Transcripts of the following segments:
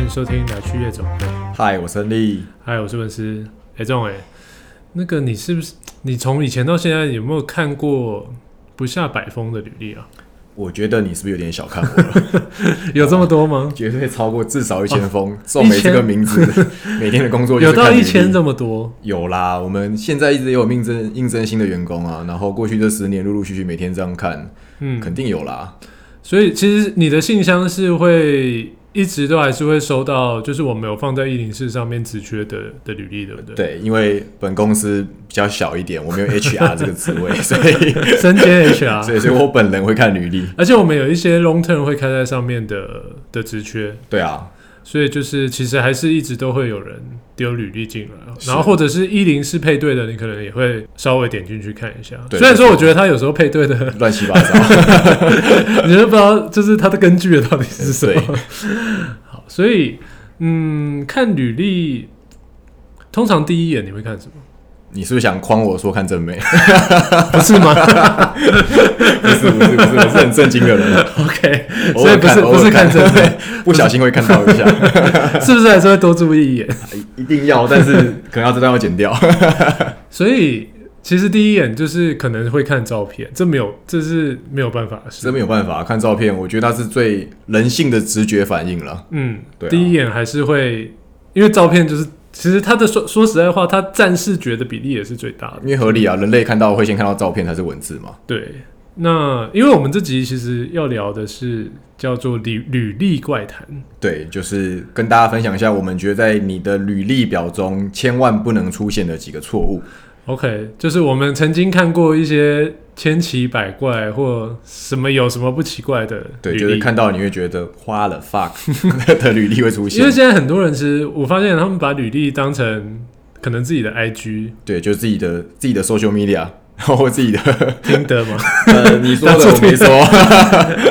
迎收听来去夜总会。嗨，我是亨利。嗨，我是文思。哎、仲哎，那个你是不是你从以前到现在有没有看过不下百封的履历啊？我觉得你是不是有点小 看我了？有这么多吗？绝对超过至少一千封。仲美这个名字， 每天的工作就有是到看履一历千这么多？有啦，我们现在一直有应征应征新的员工啊，然后过去这十年陆陆续续每天这样看，嗯，肯定有啦。所以其实你的信箱是会一直都还是会收到，就是我们有放在一零四上面职缺的的履历，对不对？对，因为本公司比较小一点，我没有 HR 这个职位， 所以对，身兼所 HR，以所以我本人会看履历。而且我们有一些 long term 会开在上面的的职缺，对啊，所以就是其实还是一直都会有人丢履历进来，啊是然后或者是一零四配对的，你可能也会稍微点进去看一下。对虽然说我觉得他有时候配对的，乱七八糟。 你就不知道就是他的根据到底是什对么。 好，所以嗯，看履历，通常第一眼你会 看什么？你是不是想诓我说看真美？不是吗 不是不是不是，我是很震惊的人，啊？OK， 偶所以尔不看是偶不尔是看看真 的，不小心会看到一下。是不是还是会多注意一眼？ 一定要，但是 可能要这段要剪掉。所以。其实第一眼就是可能会看照片，这没有，这是没有办法的事真。没有办法，看照片，我觉得那是最人性的直觉反应了。嗯，对啊第一眼还是会，因为照片就是，其实他的说说实在话，他占视觉的比例也是最大的。因为合理啊，人类看到会先看到照片才是文字嘛。对，那因为我们这集其实要聊的是叫做履履历怪谈，对，就是跟大家分享一下，我们觉得在你的履历表中千万不能出现的几个错误。 OK，就是我们曾经看过一些千奇百怪或什么有什么不奇怪的履对，历，就是看到你会觉得花 了 fuck 的履历会出因为现。现在很多人其实我发现他们把履历当成可能自己的 IG 对，就是自己的自己的 social media，然 后自己的听得 嘛，呃，你说的当我初听没说。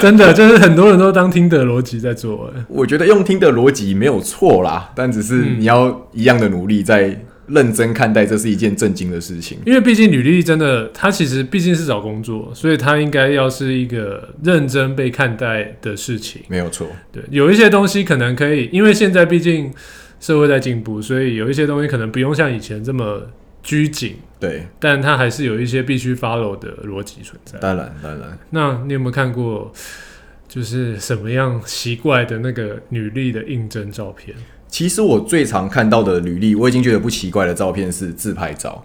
真的就是很多人都当听的逻辑在做、欸我觉得用听的逻辑没有错啦，但只是嗯你要一样的努力，在认真看待这是一件震惊的事情。因为毕竟履历真的，它其实毕竟是找工作，所以它应该要是一个认真被看待的事情。没有错，对，有一些东西可能可以，因为现在毕竟社会在进步，所以有一些东西可能不用像以前这么拘谨，对，但它还是有一些必须 follow 的逻辑存在。当然当然，那你有没有看过，就是什么样奇怪的那个履历的应征照片？其实我最常看到的履历，我已经觉得不奇怪的照片是自拍照，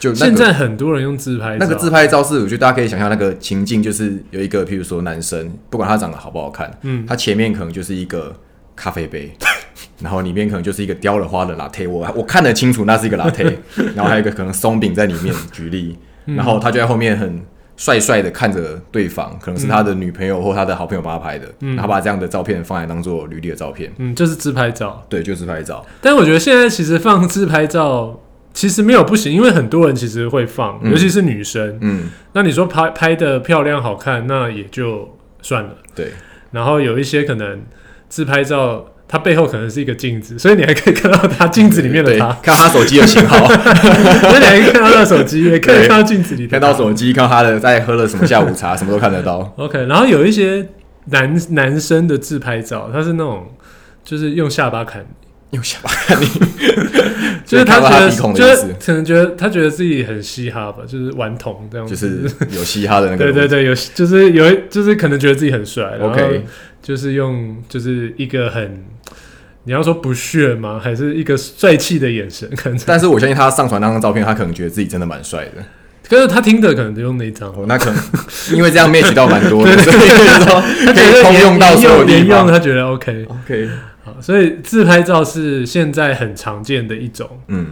就那个现在很多人用自拍照，那个自拍照是，我觉得大家可以想象那个情境，就是有一个，譬如说男生，不管他长得好不好看，嗯他前面可能就是一个咖啡杯， 然后里面可能就是一个雕了花的 latte，我我看得清楚那是一个 latte，然后还有一个可能松饼在里面，举例，嗯然后他就在后面很帅帅的看着对方，可能是他的女朋友或他的好朋友帮他拍的，然后把这样的照片放来当做履历的照片，嗯，就是自拍照。对，就是拍照，但我觉得现在其实放自拍照其实没有不行，因为很多人其实会放，嗯尤其是女生。嗯，那你说拍拍的漂亮好看，那也就算了。对，然后有一些可能自拍照，它背后可能是一个镜子，所以你还可以看到他镜子里面的对，他，看他手机的型号。 所以你还可以看到他的手机，也可以对看到镜子里的看他到手机，看到他的在喝了什么下午茶，什么都看得到。 OK，然后有一些男男生的自拍照，他是那种就是用下巴砍用下 巴看你，就是他看觉得，到鼻孔的就意是思，可能觉得他觉得自己很嘻哈吧，就是顽童这样子。就是有嘻哈的那对个。对对，有就是有一就是可能觉得自己很帅然后 OK 就是用就是一个很你要说不屑吗？还是一个帅气的眼神？可能但是我相信他上传那张照片，他可能觉得自己真的蛮帅的。可是他听的可能就用那一张，哦，那可能因为这样 match 到蛮多的，所以他说可觉得以通连用到连所有地连用方。他觉得 OK。 OK，好，所以自拍照是现在很常见的一种。嗯，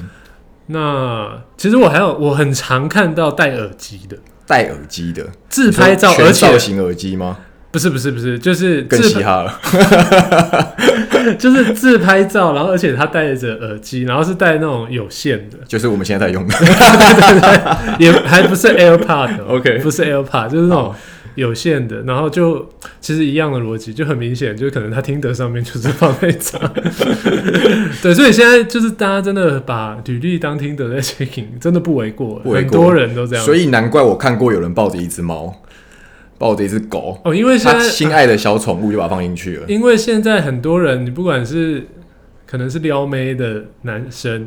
那其实我还有我很常看到戴耳机的戴耳机的自拍照，你说而全造且型耳机吗？不是不是不是，就是更啊自嘻拍哈了。就是自拍照，然后而且他戴着耳机，然后是戴那种有线的，就是我们现在在用的。 也还不是 AirPod 哦、 OK 哦不是 AirPod，就是那种有线的，然后就其实一样的逻辑，就很明显，就可能他听得上面就是放那一张，对，所以现在就是大家真的把履历当听得在 checking，真的不为过，不为很过多人都这样，所以难怪我看过有人抱着一只猫，抱着一只狗，哦，因为现他在心爱的小宠物就把它放进去了。因为现在很多人，你不管是可能是撩妹的男生，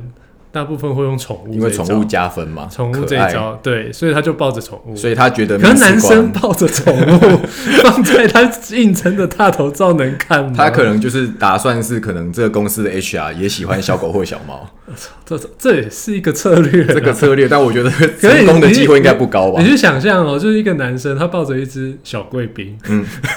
大部分会用宠物因这为一招，宠物加分嘛，宠物可这一爱，招，对，所以他就抱着宠物。所以他觉得可是面试男官生抱着宠 物放在他硬撑的大头照能看吗？他可能就是打算是可能这个公司的 HR 也喜欢小狗或小猫这这也是一个策略啊、这个策略，但我觉得可是成功的机会应该不高吧你？去想象哦，就是一个男生，他抱着一只小贵宾，嗯 嗯，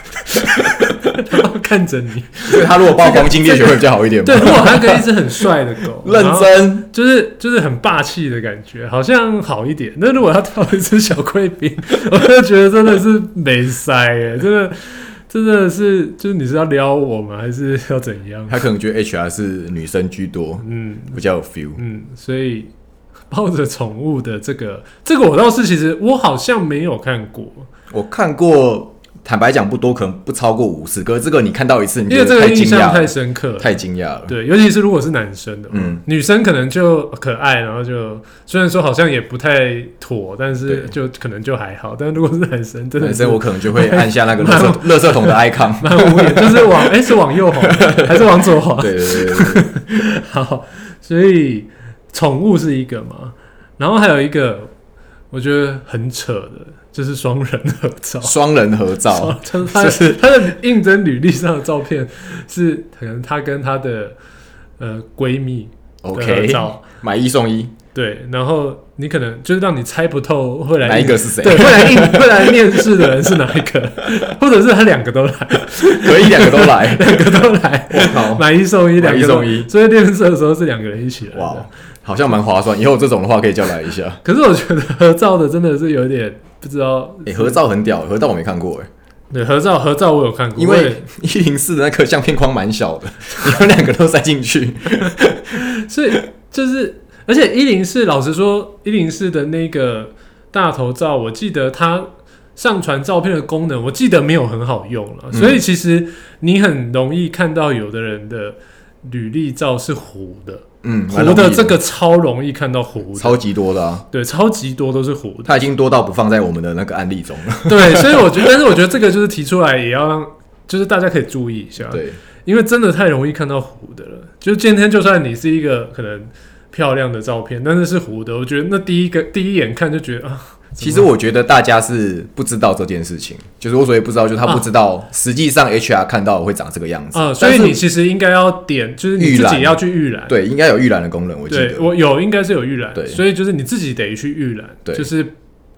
然后看着你。所以他如果报黄金猎犬会比较好一点吧对，？如果他跟一只很帅的狗， 认然后真，就是就是很霸气的感觉，好像好一点。那如果他跳一只小贵宾， 我就觉得真的是没塞哎，真的真的是就是你是要撩我吗，还是要怎样？他可能觉得 HR 是女生居多，嗯比较有 feel。嗯，所以抱着宠物的这个这个我倒是其实我好像没有看过，我看过，坦白讲不多，可能不超过五次。可是这个你看到一次，你因觉为这得个太印惊象讶太了，深刻了。太惊讶了。对，尤其是如果是男生的，嗯嗯，女生可能就可爱，然后就虽然说好像也不太妥，但是对就可能就还好。但如果是男生，真的男是生我可能就会按下那个垃圾垃圾桶的 icon。蛮无 言，就是往哎、是往右滑还是往左滑？对对对对对， 好，所以宠物是一个嘛，然后还有一个我觉得很扯的，就是双人合照。双人合照，就是 他的他的应征履历上的照片是可能他跟他的呃闺蜜的 OK 合照，买一送一，对，然后你可能就是让你猜不透会来哪一个是谁对，？会来应会来面试的人是哪一个， 或者是他两个都来，，可以两个都来两个都来，我靠，买一送一，哦买两一个都送一所以面试的时候是两个人一起来哇哦的。，好像蛮划算。以后这种的话可以叫来一下。可是我觉得合照的真的是有点不知道， 哎、合照很屌，合照我没看过哎、 对合照合照我有看过，因我为也一零四的那个相片框蛮小的， 你们两个都塞进去，所以就是，而且一零四老实说，一零四的那个大头照，我记得它上传照片的功能，我记得没有很好用了，嗯所以其实你很容易看到有的人的履历照是糊的，嗯，蛮糊容易的这个超容易看到糊的。超级多的啊，对，超级多都是糊 的。它已经多到不放在我们的那个案例中了。对，所以我觉得，但是我觉得这个就是提出来也要让，就是大家可以注意一下。 对，因为真的太容易看到糊的了。就今天，就算你是一个可能漂亮的照片，但是是糊的，我觉得那第一个第一眼看就觉得啊，其实我觉得大家是不知道这件事情，就是我所谓不知道，就是他不知道，实际上 HR 看到会长这个样子啊、所以但是你其实应该要点，就是你预自览己要去预览。对应该有预览的功能，我记对，得。我有应该是有预览，对所以就是你自己得去预览，对就是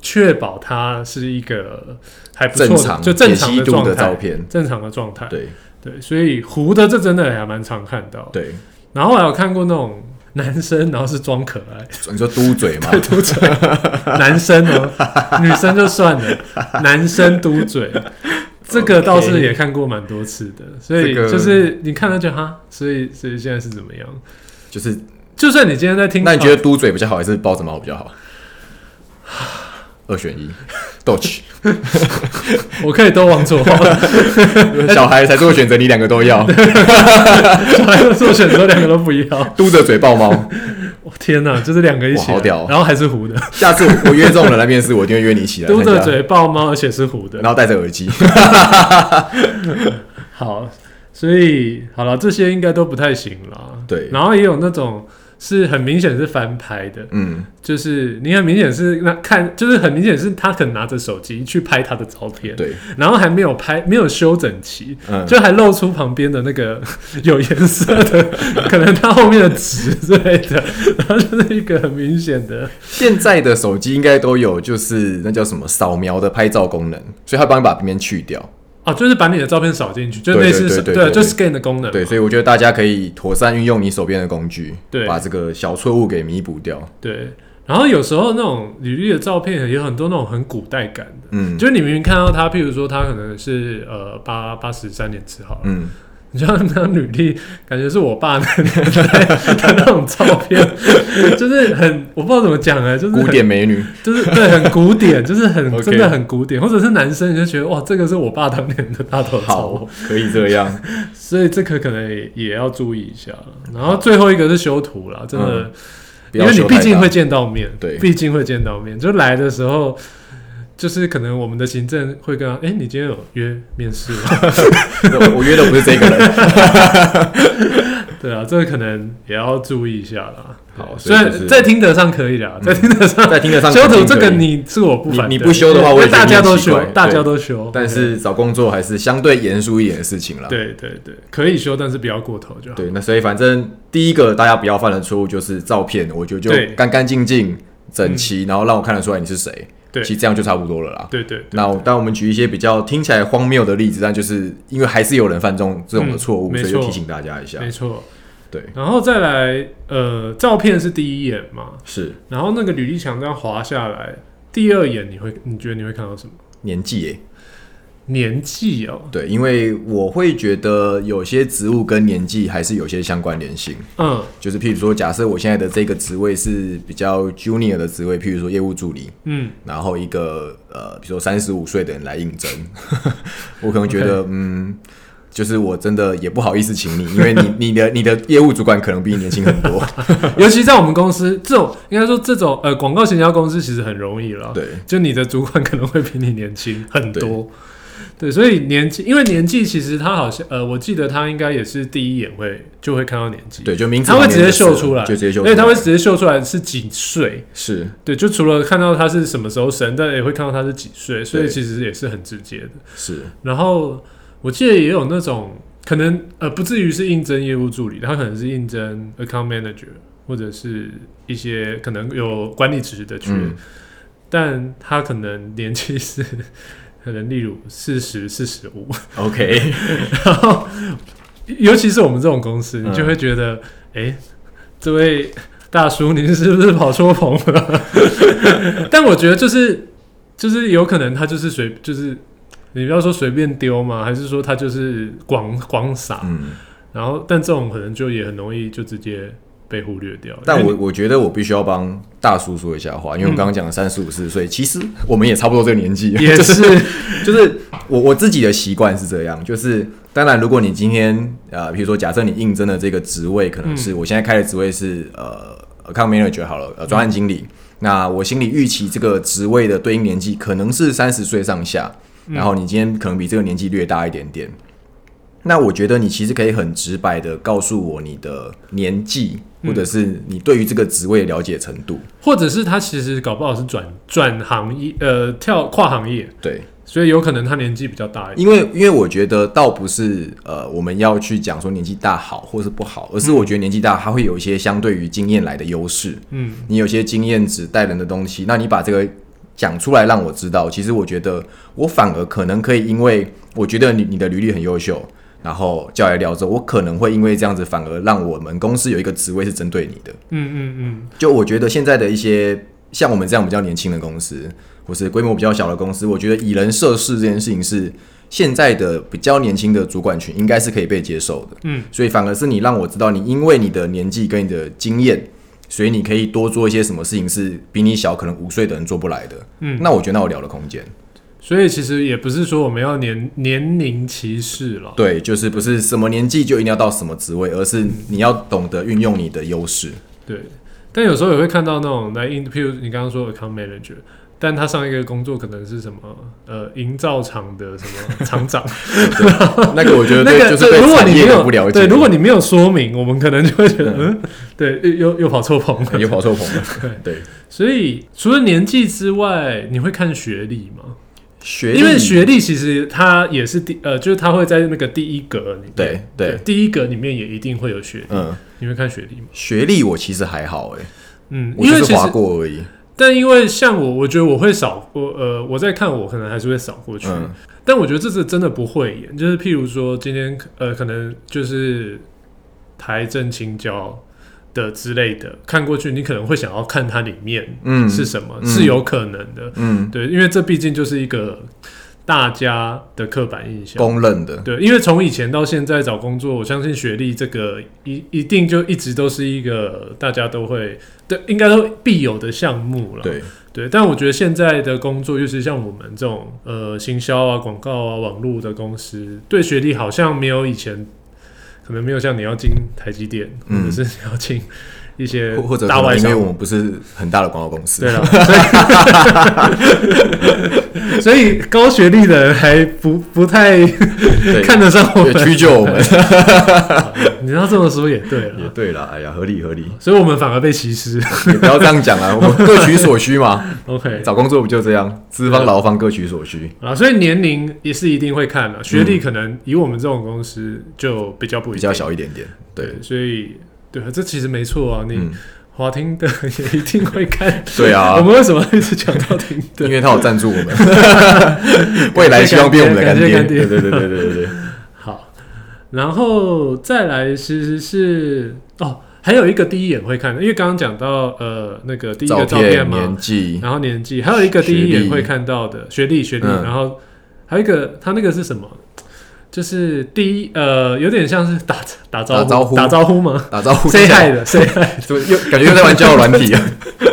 确保它是一个还不错正的，常就正常解析的度状的照态，片，正常的状态。对对，所以糊的这真的还蛮常看到。对，然后我还有看过那种男生，然后是装可爱。你说嘟嘴 嘛，嘟嘴，男生哦，女生就算了，男生嘟嘴，这个倒是也看过蛮多次的，所以这个就是你看到就哈，所以所以现在是怎么样？就是就算你今天在听，啊那你觉得嘟嘴比较好，还是包着猫比较好？二选一，Dodge， 我可以都往左滑， 小孩才做选择，你两个都要，还是做选择两个都不要？ 嘟着嘴抱猫。我天哪，就是两个一起来，哇好屌哦然后还是糊的，下次我约这种人来面试，我一定会约你一起来嘟着参加，嘴抱猫，而且是糊的然。后戴着耳机。好，所以好了，这些应该都不太行啦。对 然后也有那种是很明显是翻拍的，嗯，就是你很明显是那看，就是很明显是他可能拿着手机去拍他的照片，对，然后还没有拍，没有修整齐，嗯，就还露出旁边的那个 有颜色的，可能他后面的纸之类的， 然后就是一个很明显的，现在的手机应该都有，就是那叫什么扫描的拍照功能，所以它帮你把边边去掉。哦，就是把你的照片扫进去，就对类对似对是对对，对就对 scan 的功能嘛，对，所以我觉得大家可以妥善运用你手边的工具，对把这个小错误给弥补掉。对。然后有时候那种履历的照片也有很多那种很古代感的，嗯就是你明明看到他，譬如说他可能是呃八八十三年之后，嗯，你知道那张履历，感觉是我爸 那年代的那种照片，就是很我不知道怎么讲哎、就是很古，典 美女，就是对，很古典，就是很 OK 真的很古典，或者是男生你就觉得哇，这个是我爸当年的大头好照，，可以这 样。所以这个可能也也要注意一下。然后最后一个是修图啦，真的，嗯不因要为你修毕太竟大会见到面，对毕竟会见到面，就来的时候。就是可能我们的行政会跟他，哎、你今天有约面试吗？ 我我约的不是这个人。对啊，这个可能也要注意一下啦。好，虽所以然、就是嗯在听得上可以啦，在听得上、在听得上修肯图定这个可以你是我不反你你对不修的话因我为也觉大得家都很奇修怪，大家对都修，但是找工作还是相对严肃一点的事情啦。对对对，可以修，但是不要过头就好。对，那所以反正第一个大家不要犯的错误就是照片，我觉得对嗯就干干净净、整齐，然后让我看得出来你是谁。对其实这样就差不多了啦。对对，那我但我们举一些比较听起来荒谬的例子，但就是因为还是有人犯这种这种的错误，嗯没所以就错提醒大家一下。没错。对，然后再来，呃，照片是第一眼嘛，是然后那个履历墙这样滑下来，第二眼你会，你觉得你会看到什么？年纪耶。年纪哦，对，因为我会觉得有些职务跟年纪还是有些相关联性。嗯 就是譬如说，假设我现在的这个职位是比较 junior 的职位，譬如说业务助理，嗯，然后一个呃，比如说三十五岁的人来应征， 我可能觉得嗯，就是我真的也不好意思请你，因为你你的你的业务主管可能比你年轻很 多。尤其在我们公司这种，应该说这种呃广告行销公司其实很容易了。对，就你的主管可能会比你年轻很对多。对，所以年纪，因为年纪其实他好像，呃，我记得他应该也是第一眼会就会看到年纪，对，就名字他会旁直边接的秀字出来，就直接秀出对，来，他会直接秀出来是几岁。是对，就除了看到他是什么时候生，但也会看到他是几岁，所以对其实也是很直接的。是 然后我记得也有那种可能，呃，不至于是应征业务助理，他可能是应征 account manager 或者是一些可能有管理职的缺，嗯但他可能年纪是 可能例如四十、四十五， ，OK，然后尤其是我们这种公司，嗯你就会觉得，哎、这位大叔，您是不是跑错棚了？ 但我觉得就是就是有可能他就是随就是。你不要说随便丢嘛，还是说他就是广广撒？嗯。然后，但这种可能就也很容易就直接被忽略掉。 但因为我我觉得我必须要帮大叔说一下话，因嗯为我刚刚讲三十五四岁，其实我们也差不多这个 年纪，也就是 是就是我我自己的习惯是这样，就是当然，如果你今天呃，比如说假设你应征的这个职位可能是、我现在开的职位是呃 account manager 好了，呃专案经理，那我心里预期这个职位的对应年纪可能是三十岁上下，然后你今天可能比这个年纪略大一点点。那我觉得你其实可以很直白的告诉我你的年纪，或者是你对于这个职位的了解程度。或者是他其实搞不好是转转行业，呃，跳跨行业，对，所以有可能他年纪比较大一点。因为因为我觉得倒不是呃我们要去讲说年纪大好或是不好，而是我觉得年纪大它会有一些相对于经验来的优势。嗯，你有些经验值带人的东西，那你把这个讲出来让我知道，其实我觉得我反而可能可以，因为我觉得你你的履历很优秀，然后叫来聊着，我可能会因为这样子反而让我们公司有一个职位是针对你的。嗯嗯嗯，就我觉得现在的一些像我们这样比较年轻的公司，或是规模比较小的公司，我觉得以人设事这件事情是现在的比较年轻的主管群应该是可以被接受的。嗯，所以反而是你让我知道，你因为你的年纪跟你的经验。所以你可以多做一些什么事情是比你小可能五岁的人做不来的，嗯那我觉得那我聊的空间，所以其实也不是说我们要年年龄歧视了。对，就是不是什么年纪就一定要到什么职位，而是你要懂得运用你的 优势，对，但有时候也会看到那种来应，譬如你刚刚说 account manager。但他上一个工作可能是什么？呃，营造厂的什 么厂长？那个我觉得那对，个就是对如果产你业没的有不了解，对，如果你没有说明，我们可能就会觉得，嗯，对，又又又跑错棚 了。有跑错棚了， 对，所以除了年纪之外，你会看学历吗？学因为历学历其实它也是第呃，就是它会在那个第一格里面，对对，第一格里面也一定会有学历。嗯，你会看学历吗？学历我其实还好哎、嗯，我因为就其是实划过而已。但因为像我，我觉得我会扫我呃，我在看我可能还是会扫过去，嗯但我觉得这次真的不会演，就是譬如说今天呃，可能就是台政青交的之类的，看过去你可能会想要看它里面嗯是什么，嗯是有可能的，嗯，对，因为这毕竟就是一个大家的刻板印象。公认的，对，因为从以前到现在找工作，我相信学历这个一一定就一直都是一个大家都会对，应该都必有的项目了。对对，但我觉得现在的工作，尤其像我们这种呃行销啊、广告啊、网络的公司，对学历好像没有以前，可能没有像你要进台积电，或嗯者是你要进一些或或者大可外能因为商。我们不是很大的广告公司，对了，所以 所以高学历的人还不不太 对，看得上我也们。屈就我们， 你要这么说也 对也了，对啦，哎呀，合理合理， 所以我们反而被歧视。也不要这样讲啊，我 们各取所需嘛， OK，找工作不就这样，资方劳方各取所需，啊，所以年龄也是一定会看的，啊学历可能以我们这种公司就比较不一嗯比定较小一点点，对对，所以对啊，这其实没错啊，你嗯华听的也一定会看。 对啊 我，们为什么一直讲到 听因的？为他有赞助我们， 未来希望变我们的干感谢爹，干爹对对对对对对对，好，然后再来其实是哦，还有一个第一眼会看的，因为刚刚讲到呃那个第一个照片年嘛，纪，然后年纪，还有一个第一学历眼会看到的学历学历，嗯然后还有一个他那个是什么？就是第一呃，有点像是打打招打招呼打招呼吗打招呼？say hi 的 say hi 怎么又感觉又在玩交友软体啊？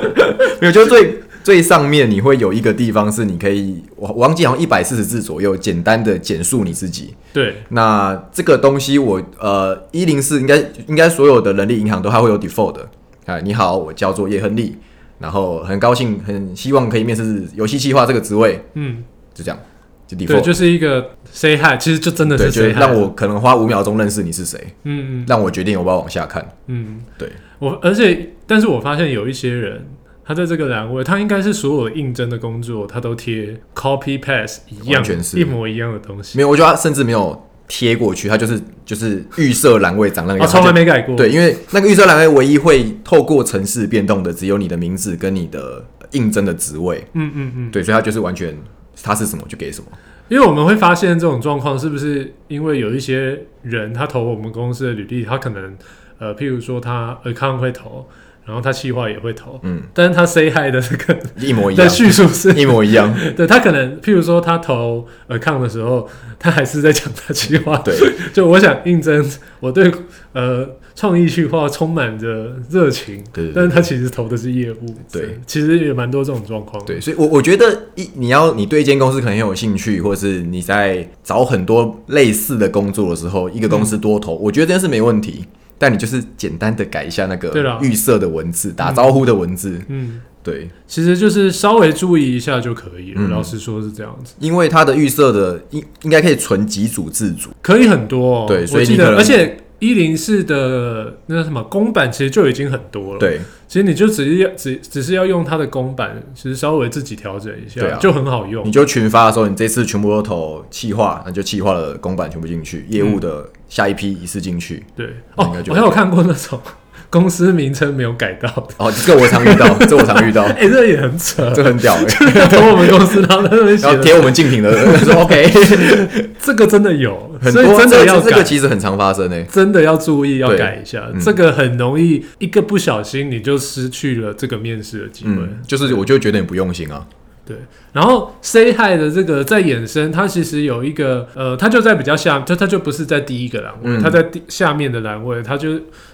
没有，就是最最上面你会有一个地方是你可以，我我忘记好像一百四十字左右，简单的简述你自己。对，那这个东西我呃一零四应该应该所有的人力银行都还会有 default 的。哎，你好，我叫做叶亨利，然后很高兴，很希望可以面试游戏企划这个职位，嗯，就这样，就对， default。就是一个 say hi，其实就真的对，是就 say 是 hi，让我可能花五秒钟认识你是谁，嗯嗯让我决定我要不要往下看。嗯，对，我而且但是我发现有一些人。他在这个栏位，他应该是所有应征的工作，他都贴 copy paste 一样完全，是一模一样的东西没，有，我觉得他甚至没有贴过去，他就是就是预设栏位长那个他样子，哦从来他就没改过。对，因为那个预设栏位唯一会透过城市变动的，只有你的名字跟你的呃应征的职位，嗯嗯嗯，对，所以他就是完全他是什么就给什么，因为我们会发现这种状况，是不是因为有一些人他投我们公司的履历，他可能呃，譬如说他 account 会投，然后他企划也会投，嗯，但是他 say hi 的这 个一模一的 样，叙述是一模一样，对他可能，譬如说他投 account 的时候，他还是在讲他计划。对， 就我想应征，我对呃创意计划充满着热情，对对对但是他其实投的是业务。对是，其实也蛮多这种状况。对，所以我，我觉得一你要你对一间公司可能很有兴趣，或是你在找很多类似的工作的时候，一个公司多投，我觉得这件事没问题。但你就是简单的改一下那对啦个预设的文字，打招呼的文字，嗯，对，其实就是稍微注意一下就可以了。嗯老实说是这样子，因为它的预设的应应该可以存几组字组，可以很多、哦。对所以我记你可得，能而且。一零四的那叫什么公版其实就已经很多了，，对，其实你就只是要只只是要用它的公版，其实稍微自己调整一下，对啊就很好用你。就群发的时候，你这次全部都投企划，那就企划的公版全部进去，业务的下一批一次进去。对，那哦应该，就我还有看过那种 公司名称没有改到 的，哦，这个我常遇 到，这我常遇到，哎、这也很扯。这很屌、欸， 投我们公司，然后他们写然后贴的我们 竞品的，说 OK，这个真的有，很所以多真的要这个这改个，其实很常发生欸诶、真的要注意，要对改一下。嗯这个很容易一个不小心你就失去了这个面试的机会。嗯，就是我就觉得你不用心啊，对，然后 say hi 的这个在衍生，它其实有一个呃，它就在比较下，就它就不是在第一个栏位，嗯它在第下面的栏位，它就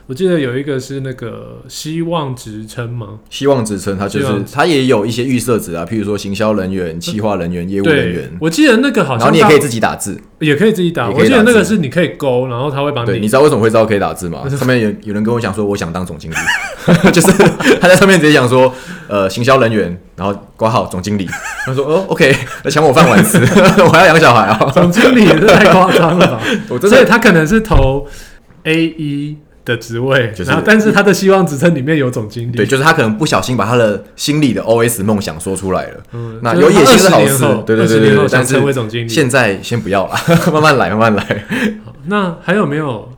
我记得有一个是那个希望职称吗？希望支撑它就希望是它也有一些预设值啊，譬如说行销人员、企划人员、业务人对员，，我记得那个好然像后你也大可以自己打字，也可以自己打，也我可以记得打那个字是你可以勾，然后他会帮对，你你。知道为什么会知道可以打字吗？上面有有人跟我讲说，我想当总经理， 就是他在上面直接讲说，呃，行销人员，然后挂号总经理。他说，哦，OK，来 抢我饭碗吃， 我还要养小孩 啊、总经理也是太夸张了吧？ 我真所以的他可能是投 A 一的职位，就是然后但是他的希望职称里面有总经理，对，就是他可能不小心把他的心里的 OS 梦想说出来了。嗯，那就是有野心他是20好事年后，对对20对年对后对，想但成为是总经理。现在先不要啦， 慢慢来，慢慢来。那还有没有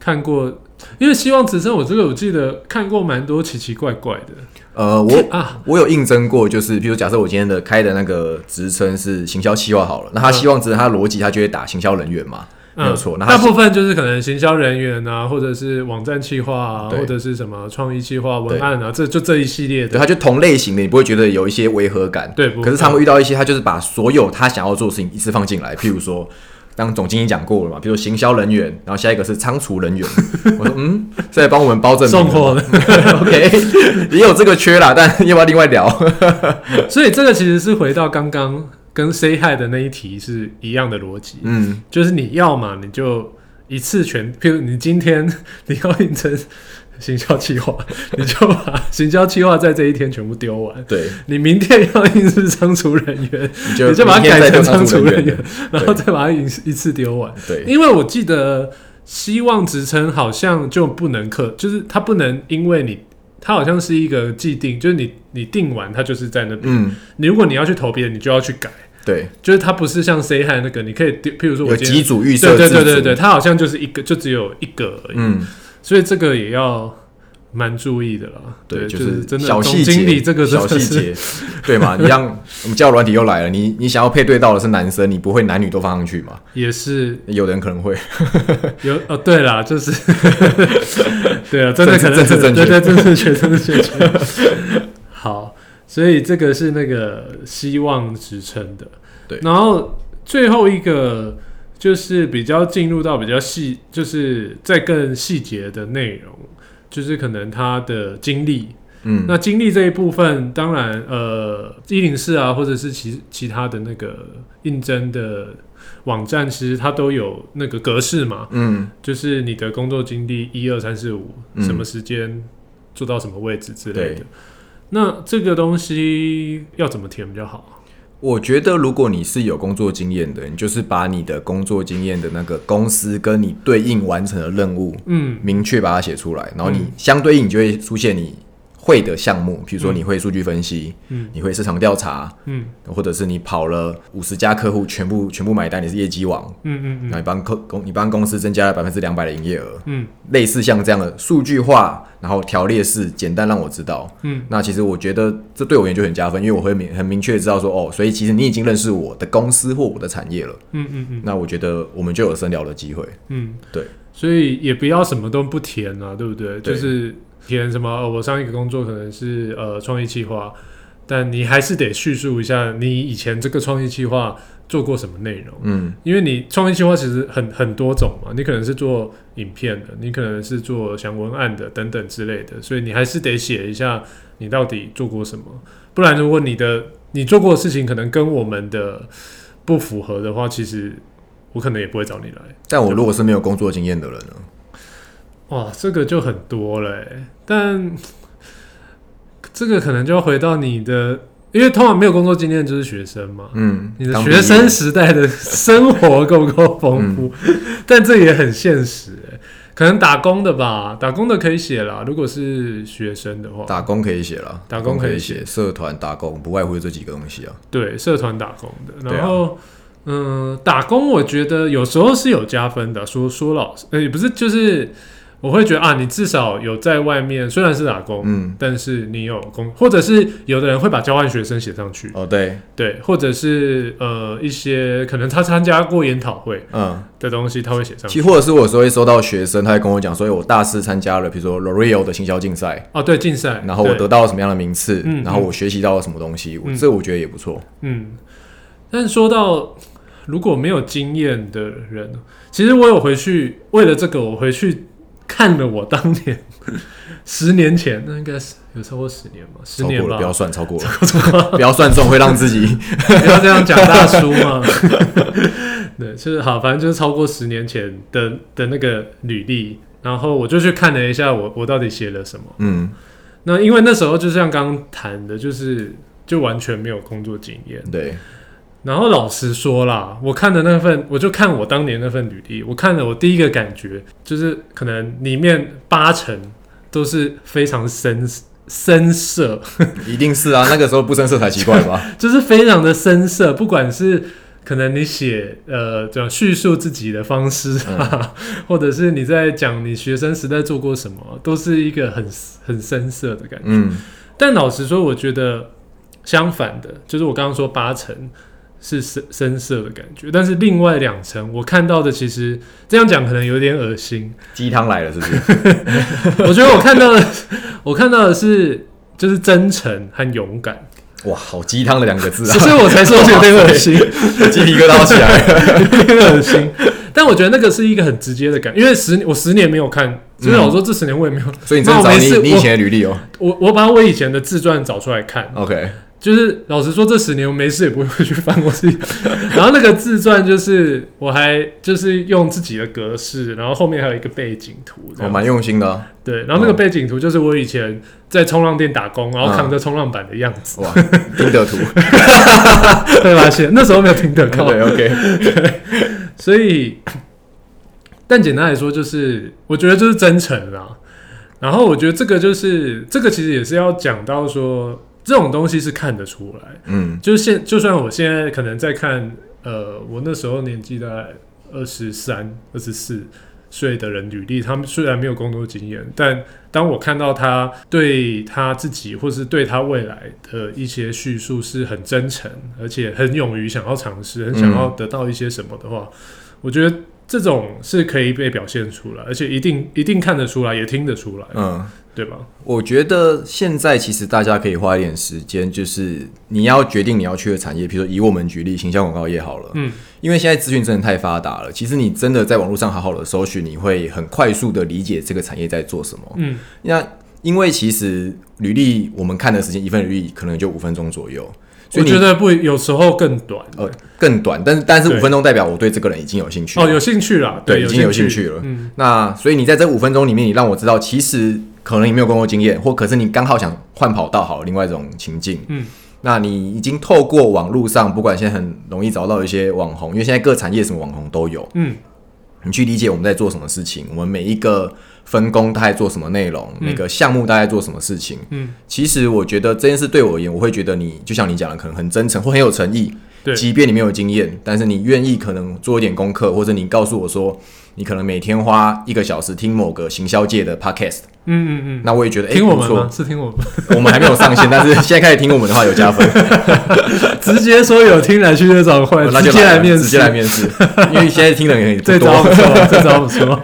看过？因为希望职称，我这个我记得看过蛮多奇奇怪怪的呃， 我啊，我有应征过，就是譬如假设我今天的开的那个职称是行销企划好了，那他嗯希望只是他的逻辑，他就会打行销人员嘛，没有嗯错。那他大部分就是可能行销人员啊，或者是网站企划啊，对或者是什么创意企划、文案啊，这就这一系列对，的。他就同类型的，你不会觉得有一些违和感。对不可是常会遇到一些，他就是把所有他想要做的事情一次放进来，譬如说。刚总经理讲过了嘛，比如说行销人员，然后下一个是仓储 人员。我说嗯，是来帮我们包证送货的 OK，也有这个缺啦，但 要不要另外聊？所以这个其实是回到刚刚跟 say hi 的那一题是一样的逻辑，嗯，就是你要嘛你就一次全，譬如你今天你要应征行销计划，你就把行销计划在这一天全部丢完。对，你明天要应征商厨人员，你你就把它明改天再成当仓仓储储人人员员，，然后再把它一一次丢完。对，因为我记得希望职称好像就不能克，就是它不能因为你，它好像是一个既定，就是你你定完它就是在那边。嗯，你如果你要去投别人，你就要去改，对，就是它不是像 say hi 那个，你可以丢，譬如说有我今几天。组预设对对制对对服对，，它好像就是一个，就只有一个而已，嗯，所以这个也要蛮注意的啦。对，就是真的小总细节，经理这个真小的细是节，对嘛？一 样，我们交友软体又来了，你你想要配对到的是男生，你不会男女都放上去嘛？也是有人可能会，有哦，对啦，就是对啊，真的可能政治正确对对，政治正确，政治正确。好，所以这个是那个希望支撑的。对然后最后一个就是比较进入到比较细，就是在更细节的内容，就是可能他的经历。嗯，那经历这一部分，当然呃，一零四啊，或者是其其他的那个应征的网站，其实它都有那个格式嘛。嗯就是你的工作经历一二三四五，嗯什么时间做到什么位置之类的对。那这个东西要怎么填比较好？我觉得如果你是有工作经验的，你就是把你的工作经验的那个公司跟你对应完成的任务，嗯明确把它写出来，然后你嗯相对应你就会出现你会的项目，比如说嗯你会数据分析，嗯你会市场调查，嗯或者是你跑了五十家客户全部全部买单，你是业绩王，嗯嗯然嗯后你帮客公你帮公司增加了百分之两百的营业额，嗯类似像这样的数据化，然后条列式，简单让我知道。嗯那其实我觉得这对我研究很加分，因为我会明很明确地知道说哦，所以其实你已经认识我的公司或我的产业了。嗯嗯嗯那我觉得我们就有深聊的机会。嗯，对。所以也不要什么都不填啊，对不对？对就是填什么？呃我上一个工作可能是呃创意企划，但你还是得叙述一下你以前这个创意企划做过什么内容。嗯，因为你创意计划其实很很多种嘛，你可能是做影片的，你可能是做想文案的等等之类的，所以你还是得写一下你到底做过什么，不然如果你的你做过的事情可能跟我们的不符合的话，其实我可能也不会找你来。但我如果是没有工作经验的人呢？哇，这个就很多了欸，但 这个可能就要回到你的，因为通常没有工作经验就是学生嘛，嗯，你的刚毕学生业时代 的生活够不够丰富？嗯但这也很现实、欸，可能打工的吧，打工的可以写啦。如果是学生的话，打工可以写了，打工可以写写，社团打工不外乎这几个东西啊。对社团打工的，对啊然后、嗯，打工我觉得有时候是有加分的。说说老实，呃，也不是，就是我会觉得啊，你至少有在外面，虽然是打工。嗯，但是你有工，或者是有的人会把交换学生写上去，哦对，对，或者是呃一些可能他参加过研讨会嗯，的东西，他会写上去其。实或者是我有时候会收到学生，他会跟我讲，所以哎我大四参加了，比如说 L'Oreal 的行销竞赛，哦，对，竞赛，然后我对得到了什么样的名次嗯，然后我学习到了什么东西，我嗯这我觉得也不错。嗯，但是说到如果没有经验的人，其实我有回去为了这个，我回去看了我当年 十年前，那应该是有超过十年吧，十超过年了，吧不，要算超过了， 不要算这种会让自己不要这样讲大叔 嘛。对，就是好，反正就是超过十年前的的那个履历，然后我就去看了一下我我到底写了什么。嗯那因为那时候就像刚刚谈的，就是就完全没有工作经验。对，然后老实说啦，我看的那份，我就看我当年那份履历，我看了，我第一个感觉就是，可能里面八成都是非常深深色，一定是啊，那个时候不深色才奇怪吧？就是非常的深色，不管是可能你写呃这样叙述自己的方式啊， 或者是你在讲你学生时代做过什么，都是一个很很深色的感觉。嗯，但老实说，我觉得相反的，就是我刚刚说八成是深深色的感觉，但是另外两层我看到的，其实这样讲可能有点恶心。鸡汤来了是不是？我觉得我看到的， 我看到的是就是真诚和勇敢，哇，好鸡汤的两个字所以啊，我才说有点恶心，鸡皮疙瘩起来了。 有点恶心。但我觉得那个是一个很直接的感，因为十年我十年没有看，就是我说这十年我也没有，所以你真的那找我没事 你你以我前的履历哦啊我我把我以前的自传找出来看， ，OK，就是老实说，这十年我没事也不会去翻过自己。然后那个自传就是我还就是用自己的格式，然后后面还有一个背景图这我样。蛮用心的啊、对，然后那个背景图就是我以前在冲浪店打工，然啊后扛着冲浪板的样子， 哇，听的图，会发现那时候没有听得靠。对，OK，所以， 但简单来说，就是我觉得就是真诚啦。然后我觉得这个就是这个，其实也是要讲到说，这种东西是看得出来。嗯就是现就算我现在可能在看，呃，我那时候年纪大概二十三、二十四岁的人履历，他们虽然没有工作经验，但当我看到他对他自己或是对他未来的一些叙述是很真诚，而且很勇于想要尝试，很想要得到一些什么的话，我觉得。这种是可以被表现出来，而且一定一定看得出来，也听得出来，嗯。对吧？我觉得现在其实大家可以花一点时间，就是你要决定你要去的产业，比如说以我们举例，形象广告业好了，嗯，因为现在资讯真的太发达了，其实你真的在网络上好好的搜寻，你会很快速的理解这个产业在做什么。嗯那因为其实履历我们看的时间，一份履历可能就五分钟左右，所我以你觉得不，有时候更短。呃更短，但是但是对五分钟代表我对这个人已经有兴趣了哦，有兴趣啦，对，已有经有兴趣趣了。嗯，那所以你在这五分钟里面，你让我知道，其实可能你没有工作经验，或可是你刚好想换跑道，好，另外一种情境。嗯，那你已经透过网络上，不管现在很容易找到一些网红，因为现在各产业什么网红都有，嗯你去理解我们在做什么事情，我们每一个分工大概做什么内容，每个项目大概做什么事情。嗯，其实我觉得这件事对我而言，我会觉得你就像你讲的，可能很真诚或很有诚意。对即便你没有经验，但是你愿意可能做一点功课，或者你告诉我说，你可能每天花一个小时听某个行销界的 podcast，嗯嗯那我也觉得嗯，哎、听我不们吗？错。是听我们， 我们还没有上线，但是现在开始听我们的话有加分，直接说有听来去就找换，哦那直就接来来了面直接来试，面试，因为现在听的人也不这招 多不，错，这招不错。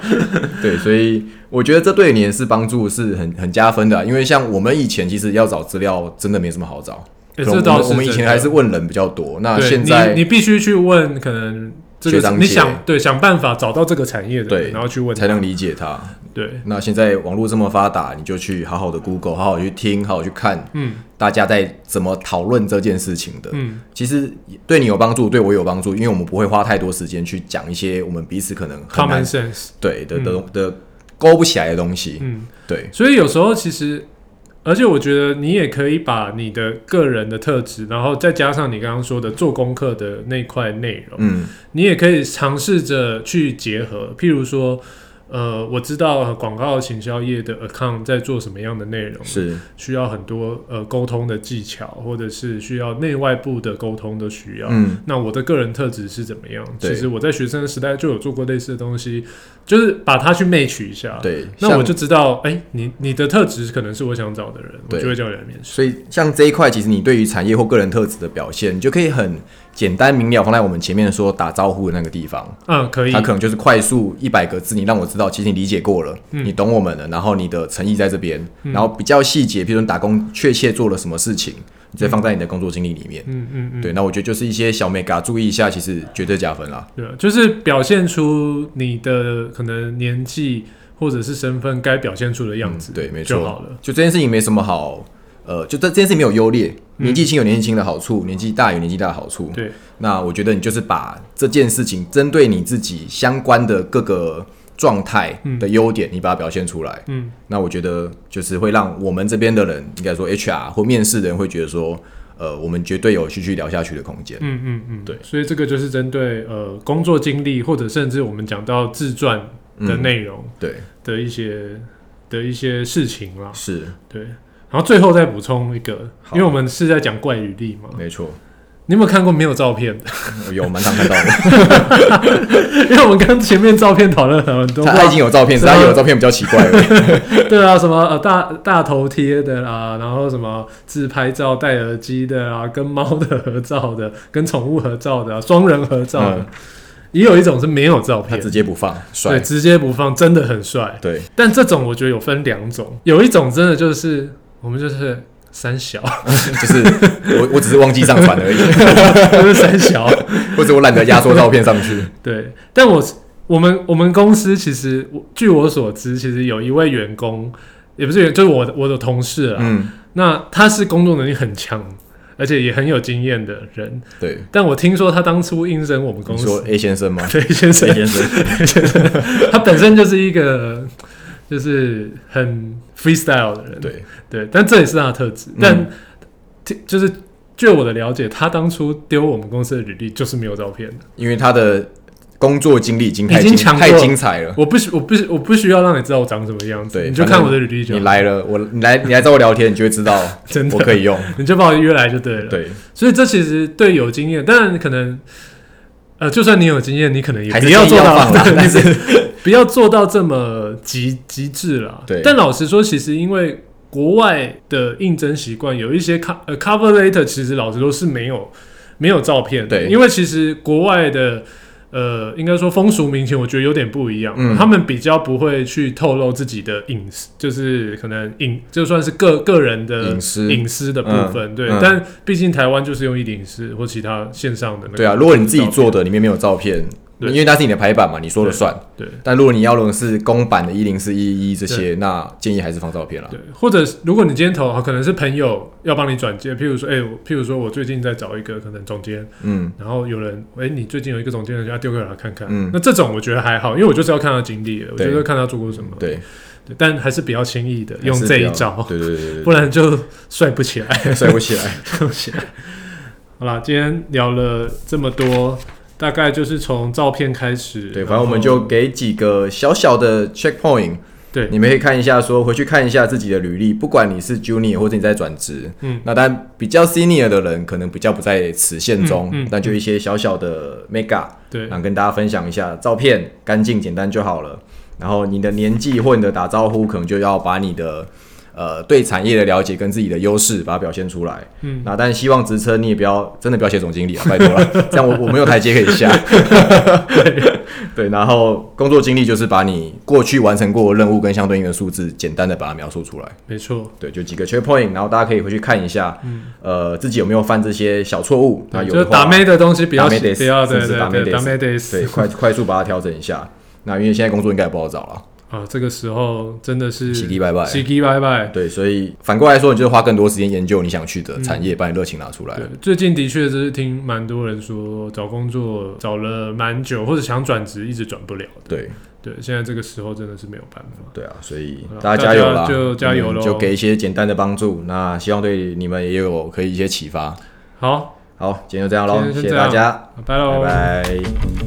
对，所以我觉得这对你也是帮助是很很加分的啊、因为像我们以前其实要找资料真的没什么好找，欸可能 这倒我是们我们以真前的还是问人比较多，那对现在你你必须去问，可能这学个长你姐想对想办法找到这个产业的人，对然后去问才他。能理解他。对，那现在网络这么发达，你就去好好的 Google，好好去听，好好去看嗯大家在怎么讨论这件事情的。嗯其实对你有帮助，对我有帮助，因为我们不会花太多时间去讲一些我们彼此可能很难，common sense，对的的的勾不起来的东西。嗯，对，所以有时候其实。而且我觉得你也可以把你的个人的特质，然后再加上你刚刚说的做功课的那块内容，嗯你也可以尝试着去结合，譬如说，呃，我知道呃广告行销业的 account 在做什么样的内容，是，需要很多呃沟通的技巧，或者是需要内外部的沟通的需要。嗯那我的个人特质是怎么样？对其实我在学生时代就有做过类似的东西，就是把它去 match 一下。，对。那像我就知道，哎、你你的特质可能是我想找的人，我对就会叫你来面试。所以，像这一块，其实你对于产业或个人特质的表现，你就可以很简单明了放在我们前面说打招呼的那个地方。嗯，可以它。可能就是快速一百个字，你让我知道，其实你理解过了，嗯你懂我们了，然后你的诚意在这边，嗯然后比较细节，譬如说你打工确切做了什么事情，你再放在你的工作经历里面。嗯嗯嗯，对，那我觉得就是一些小美嘎，注意一下，其实绝对加分啦。对啊，就是表现出你的可能年纪或者是身份该表现出的样子，嗯对没就错好了。就这件事情没什么好，呃，就这这件事情没有优劣，嗯年纪轻有年纪轻的好处，年纪大有年纪大的好处。对，那我觉得你就是把这件事情针对你自己相关的各个状态的优点，你把它表现出来。嗯，那我觉得就是会让我们这边的人，应该说 HR 或面试人会觉得说，呃，我们绝对有继续聊下去的空间。嗯嗯嗯，对所以这个就是针对呃工作经历，或者甚至我们讲到自传的嗯内容对，的一些、的一些事情啦。是对，然后最后再补充一个，好因为我们是在讲怪履历嘛，没错，你有没有看过没有照片 的？我有蛮常看 到的。因为我们刚前面照片讨论了很多，他他已经有照片，只是他有的照片比较奇怪而已。 对啊，什么呃大大头贴的啦，然后什么自拍照、戴耳机的啊，跟猫的合照的，跟宠物合照的、啊，双人合照的，嗯也有一种是没有照他片直，接不放，对，帅。直接不放，真的很帅。对，但这种我觉得有分两种，有一种真的就是我们就是三小， 就是我，我只是忘记上传而已， 就是三小，或者我懒得压缩照片上去。对。但我我们我们公司其实我据我所知，其实有一位员工，也不是员，就是我的我的同事啊，嗯，那他是工作能力很强，而且也很有经验的人。对，但我听说他当初应征我们公你司说 A 先生 吗对先生？A，先生， 他本身就是一个就是很 freestyle 的人，对，对，但这也是他的特质。嗯但、听就是据我的了解，他当初丢我们公司的履历就是没有照 片的。因为他的工作经历已经太已经精强太过精彩了。我不需我不需我不需要让你知道我长什么样子，对你就反正看我的履历就你好，来了，我你来你来找我聊天，你就会知道真的我可以用。你就把我约来就对了。，对，所以这其实对有经验，当然可能。呃，就算你有经验，你可能也还不是要建议做要到，放啦对 但是不要做到这么极极致啦。对但老实说，其实因为国外的应征习惯，有一些 co- 呃 cover letter，其实老实说是没有没有照片的。对因为其实国外的呃，应该说风俗民情，我觉得有点不一样。嗯他们比较不会去透露自己的隐私，就是可能隐就算是个个人的隐私隐私的部分。对，嗯但毕竟台湾就是用一隐私或其他线上的那个对啊，如果你自己照片做的里面没有照片，对因为那是你的排版嘛，你说了算。对。但如果你要用的是公版的一零四一一这些，那建议还是放照片啦。对，或者是如果你今天投，好可能是朋友要帮你转接，譬如说，哎、我譬如说我最近在找一个可能总监，嗯，然后有人，哎、你最近有一个总监，人家丢给我来看看。嗯那这种我觉得还好，因为我就是要看他经历了，我对就是看他做过什么。对，对，但还是比较轻易的用还是这比一较招，对对对对不然就帅不起来。对，帅不起来。好啦，今天聊了这么多，大概就是从照片开始。对，然反正我们后就给几个小小的 checkpoint，对你们可以看一下说，回去看一下自己的履历，不管你是 junior 或者你在转职，嗯，那但比较 senior 的人可能比较不在此线中，嗯嗯但就一些小小的 mega，对想跟大家分享一下，照片干净简单就好了。然后你的年纪或你的打招呼，可能就要把你的呃对产业的了解跟自己的优势把它表现出来。嗯，那但希望职称你也不要真的不要写总经理啊，拜托了， 这样我我没有台阶可以下。对，然后工作经历就是把你过去完成过的任务跟相对应的数字，简单的把它描述出来。没错，对，就几个 checkpoint，然后大家可以回去看一下，呃，自己有没有犯这些小错误？那有就是的话打妹的东西不要打妹写 days，不要对是不是打妹对对 days？打妹 days 对，快快速把它调整一下。那因为现在工作应该也不好找了，啊，这个时候真的是洗地拜拜洗地拜拜。对，所以反过来说，你就是花更多时间研究你想去的产业，把你热情拿出来对。，最近的确就是听蛮多人说，找工作找了蛮久，或者想转职一直转不了的。对对，现在这个时候真的是没有办法。对啊，所以好啦大家加油啦，大家就加油嗯咯就给一些简单的帮助。那希望对你们也有可以一些启发。好，好，今天就这样喽，今天谢就谢这样大家，拜喽。拜拜